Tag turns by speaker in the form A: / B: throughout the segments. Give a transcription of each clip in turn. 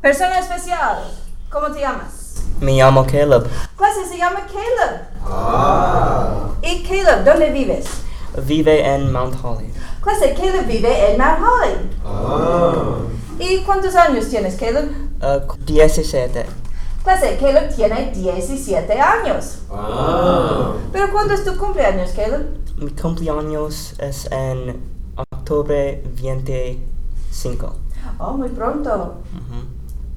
A: Persona especial, ¿cómo te llamas?
B: Me llamo Caleb.
A: Clase se llama Caleb. ¿Y Caleb, dónde vives?
B: Vive en Mount Holly.
A: Clase, Caleb vive en Mount Holly. ¿Y cuántos años tienes, Caleb?
B: Uh, 17.
A: Clase, Caleb tiene 17 años. ¿Pero cuándo es tu cumpleaños, Caleb?
B: Mi cumpleaños es en octubre 25.
A: Oh, muy pronto.
B: Ujú.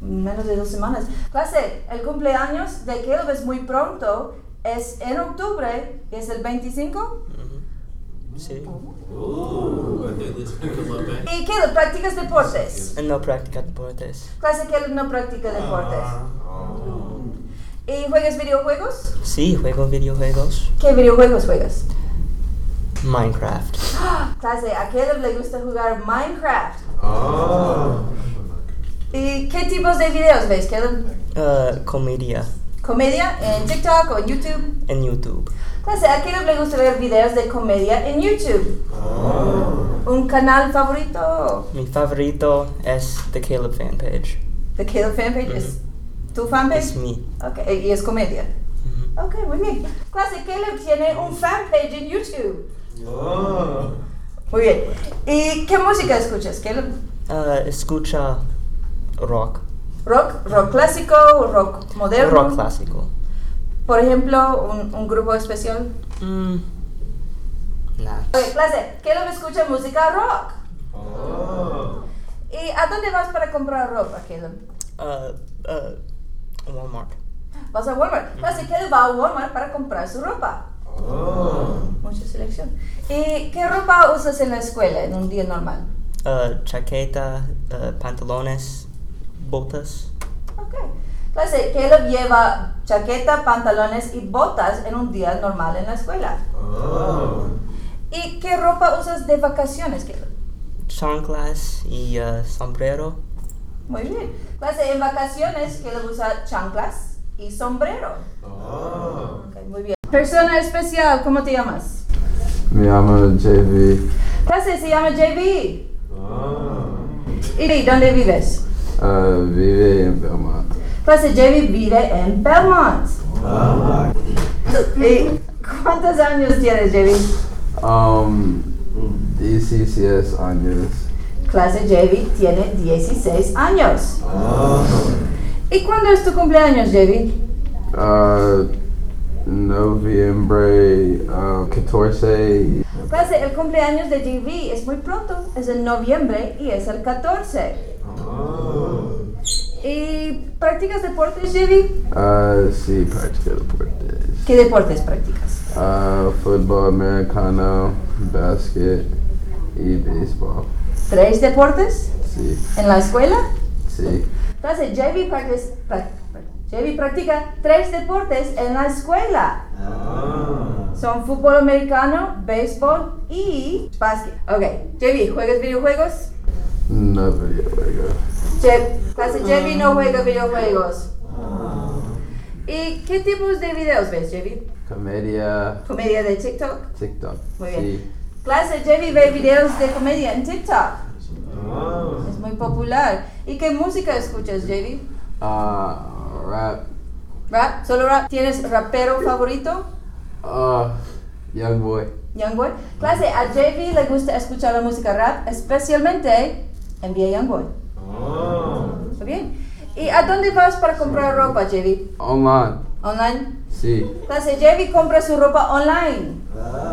A: Menos de dos semanas. Clase, el cumpleaños de Caleb es muy pronto. Es en octubre, es el 25.
B: Ujú. Sí.
C: Ooh, I think this could come up bad.
A: ¿Y Caleb, practicas deportes?
B: No practica deportes.
A: Clase, Caleb no practica deportes. ¿Y juegas videojuegos?
B: Sí, juego videojuegos.
A: ¿Qué videojuegos juegas?
B: Minecraft.
A: Clase, a Caleb le gusta jugar Minecraft. ¿Y qué tipos de videos ves, Caleb?
B: Uh, comedia
A: ¿Comedia en TikTok o en YouTube?
B: en YouTube.
A: Clase, ¿a quién le gusta ver videos de comedia en YouTube? ¿Un canal favorito
B: Mi favorito es The Caleb fanpage.
A: de Caleb Fanpage? ¿Es tu
B: Es
A: fanpage?
B: mi.
A: Ok, y es comedia.
B: Ujú.
A: Ok, muy bien. Clase, Caleb tiene un fanpage en YouTube. Muy bien. ¿Y qué música escuchas, Caleb?
B: Uh, escucha rock.
A: ¿Rock? ¿Rock clásico? ¿Rock moderno?
B: Rock clásico.
A: Por ejemplo, un, un grupo especial.
B: Mm. Nah.
A: Ok, clase, Caleb escucha música rock. ¿Y a dónde vas para comprar ropa, Caleb?
B: Uh, uh, Walmart.
A: Vas a Walmart. Clase, Caleb va a Walmart para comprar su ropa. Mucha selección. ¿Y qué ropa usas en la escuela en un día normal?
B: Uh, chaqueta, uh, pantalones, botas.
A: Ok. Clase, Caleb lleva chaqueta, pantalones y botas en un día normal en la escuela. ¿Y qué ropa usas de vacaciones, Caleb?
B: chanclas y uh, sombrero.
A: Muy bien. Clase, en vacaciones, Caleb usa chanclas y sombrero. Ok, muy bien. Persona especial, ¿cómo te llamas?
D: Me llamo JV.
A: Clase, se llama JB. ¿Y dónde vives?
D: Uh, vive en Belmont.
A: Clase, JB vive en Belmont. ¿Y cuántos años tienes, JB?
D: Um, 16 años.
A: Clase, JB tiene 16 años. ¿Y cuándo es tu cumpleaños, JB?
D: Uh, noviembre uh, 14.
A: Clase, el cumpleaños de JB es muy pronto. Es en noviembre y es el 14. ¿Y practicas deportes, JB?
D: Uh, sí, practical deportes.
A: ¿Qué deportes practicas?
D: Uh, football, americano, basket, y baseball.
A: ¿Tres deportes
D: Sí,
A: en la escuela?
D: sí.
A: Clase, JB, practice- prac- prac- JB practica tres deportes en la escuela. Son fútbol americano, béisbol y básquet. Ok, JB, ¿juegas videojuegos?
D: No video juego.
A: Je- clase, JB no juega videojuegos. ¿Y qué tipos de videos ves, JB?
D: Comedia,
A: ¿Comedia de TikTok?
D: TikTok.
A: Muy
D: Sí.
A: bien. Clase, JB ve videos de comedia en TikTok. Es muy popular. ¿Y qué música escuchas, JB?
D: Uh, rap.
A: Rap, solo rap. ¿Tienes rapero favorito?
D: Uh, young boy.
A: Youngboy. Clase, a JV le gusta escuchar la música rap, especialmente NBA Youngboy. Está bien. ¿Y a dónde vas para comprar ropa, JV?
D: Online.
A: ¿Online?
D: Sí.
A: Clase, JV compra su ropa online.